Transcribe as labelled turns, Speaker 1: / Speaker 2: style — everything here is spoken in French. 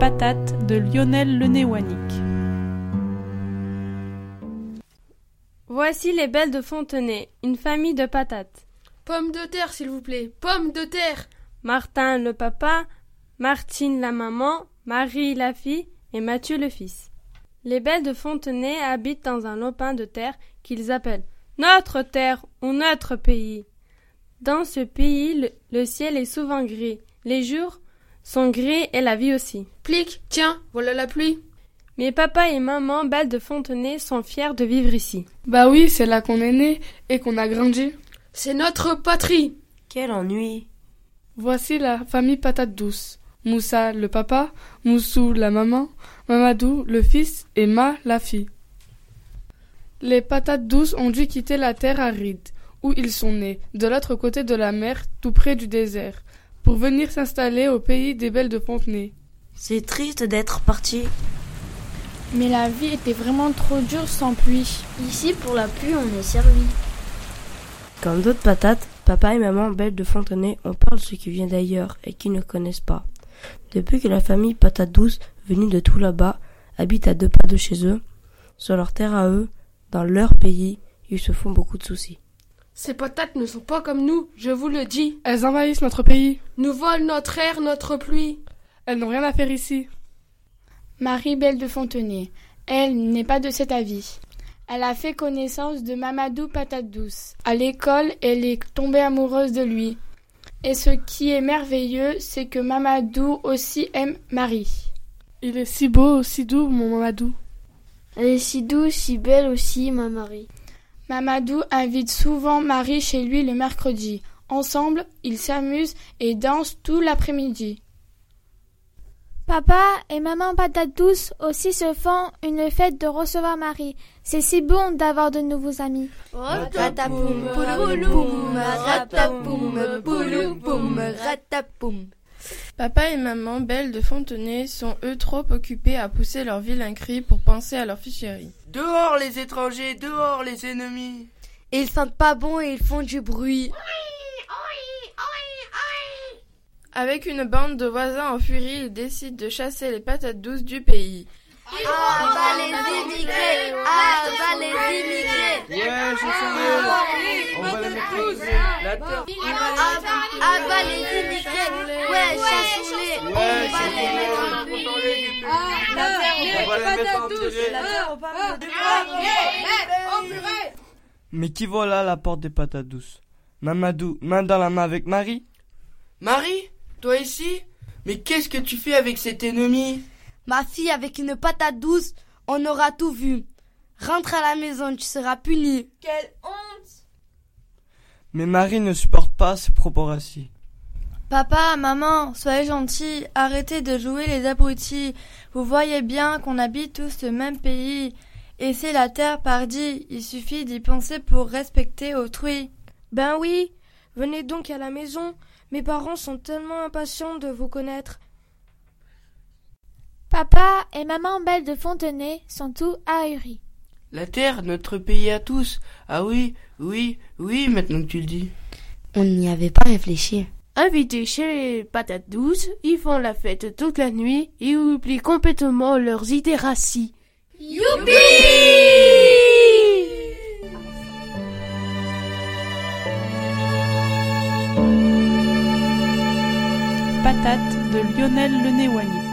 Speaker 1: patate de Lionel Lenéwanic.
Speaker 2: Voici les belles de Fontenay, une famille de patates.
Speaker 3: Pommes de terre, s'il vous plaît. Pommes de terre.
Speaker 2: Martin le papa, Martine la maman, Marie la fille et Mathieu le fils. Les belles de Fontenay habitent dans un lopin de terre qu'ils appellent notre terre ou notre pays. Dans ce pays, le, le ciel est souvent gris, les jours sont gris et la vie aussi.
Speaker 3: Plic. Tiens, voilà la pluie.
Speaker 2: Mais papa et maman Belle de Fontenay sont fiers de vivre ici.
Speaker 4: Bah oui, c'est là qu'on est né et qu'on a grandi.
Speaker 3: C'est notre patrie.
Speaker 5: Quel ennui.
Speaker 4: Voici la famille patate douce. Moussa le papa, Moussou la maman, Mamadou le fils et Ma la fille. Les patates douces ont dû quitter la terre aride, où ils sont nés, de l'autre côté de la mer, tout près du désert, pour venir s'installer au pays des Belles de Fontenay.
Speaker 5: C'est triste d'être parti.
Speaker 6: Mais la vie était vraiment trop dure sans pluie.
Speaker 7: Ici, pour la pluie, on est servi.
Speaker 5: Comme d'autres patates, papa et maman Belle de Fontenay ont peur de ce qui vient d'ailleurs et qu'ils ne connaissent pas. Depuis que la famille Patate Douce, venue de tout là-bas, habite à deux pas de chez eux, sur leur terre à eux, dans leur pays, ils se font beaucoup de soucis.
Speaker 3: Ces patates ne sont pas comme nous, je vous le dis.
Speaker 4: Elles envahissent notre pays.
Speaker 3: Nous volent notre air, notre pluie.
Speaker 4: Elles n'ont rien à faire ici.
Speaker 6: Marie Belle de Fontenay, elle n'est pas de cet avis. Elle a fait connaissance de Mamadou Patate Douce. À l'école, elle est tombée amoureuse de lui. Et ce qui est merveilleux, c'est que Mamadou aussi aime Marie.
Speaker 4: Il est si beau, si doux, mon Mamadou.
Speaker 7: Elle est si douce, si belle aussi, ma Marie.
Speaker 6: Mamadou invite souvent Marie chez lui le mercredi. Ensemble, ils s'amusent et dansent tout l'après-midi.
Speaker 8: Papa et maman patate douce aussi se font une fête de recevoir Marie. C'est si bon d'avoir de nouveaux amis.
Speaker 9: Papa et maman Belle de Fontenay sont eux trop occupés à pousser leur vilain cri pour penser à leur ficherie.
Speaker 10: Dehors les étrangers, dehors les ennemis.
Speaker 11: Ils sentent pas bon et ils font du bruit.
Speaker 9: Avec une bande de voisins en furie, ils décident de chasser les patates douces du pays.
Speaker 12: Ah, bah les immigrés Ah, bah les immigrés
Speaker 13: Ouais, je sais bien On va les maîtriser La terre
Speaker 12: Ah, bah les immigrés Ouais, chassons-les On va les mettre en
Speaker 13: pays
Speaker 11: Ah,
Speaker 13: La terre, on va les mettre en Ah, purée Mais qui voilà à la porte des patates douces Mamadou, main dans la main avec Marie
Speaker 10: Marie toi ici Mais qu'est-ce que tu fais avec cet ennemi
Speaker 11: Ma fille, avec une patate douce, on aura tout vu. Rentre à la maison, tu seras puni.
Speaker 12: Quelle honte
Speaker 13: Mais Marie ne supporte pas ces propos racistes.
Speaker 14: Papa, maman, soyez gentils, arrêtez de jouer les abrutis. Vous voyez bien qu'on habite tous le même pays. Et c'est la terre pardie, il suffit d'y penser pour respecter autrui.
Speaker 15: Ben oui, venez donc à la maison. Mes parents sont tellement impatients de vous connaître.
Speaker 8: Papa et maman Belle de Fontenay sont tout ahuris.
Speaker 10: La terre, notre pays à tous. Ah oui, oui, oui, maintenant que tu le dis.
Speaker 11: On n'y avait pas réfléchi.
Speaker 16: Invités chez les patates douces, ils font la fête toute la nuit et oublient complètement leurs idées racistes.
Speaker 12: Youpi!
Speaker 1: Patate de Lionel Lenéwanic.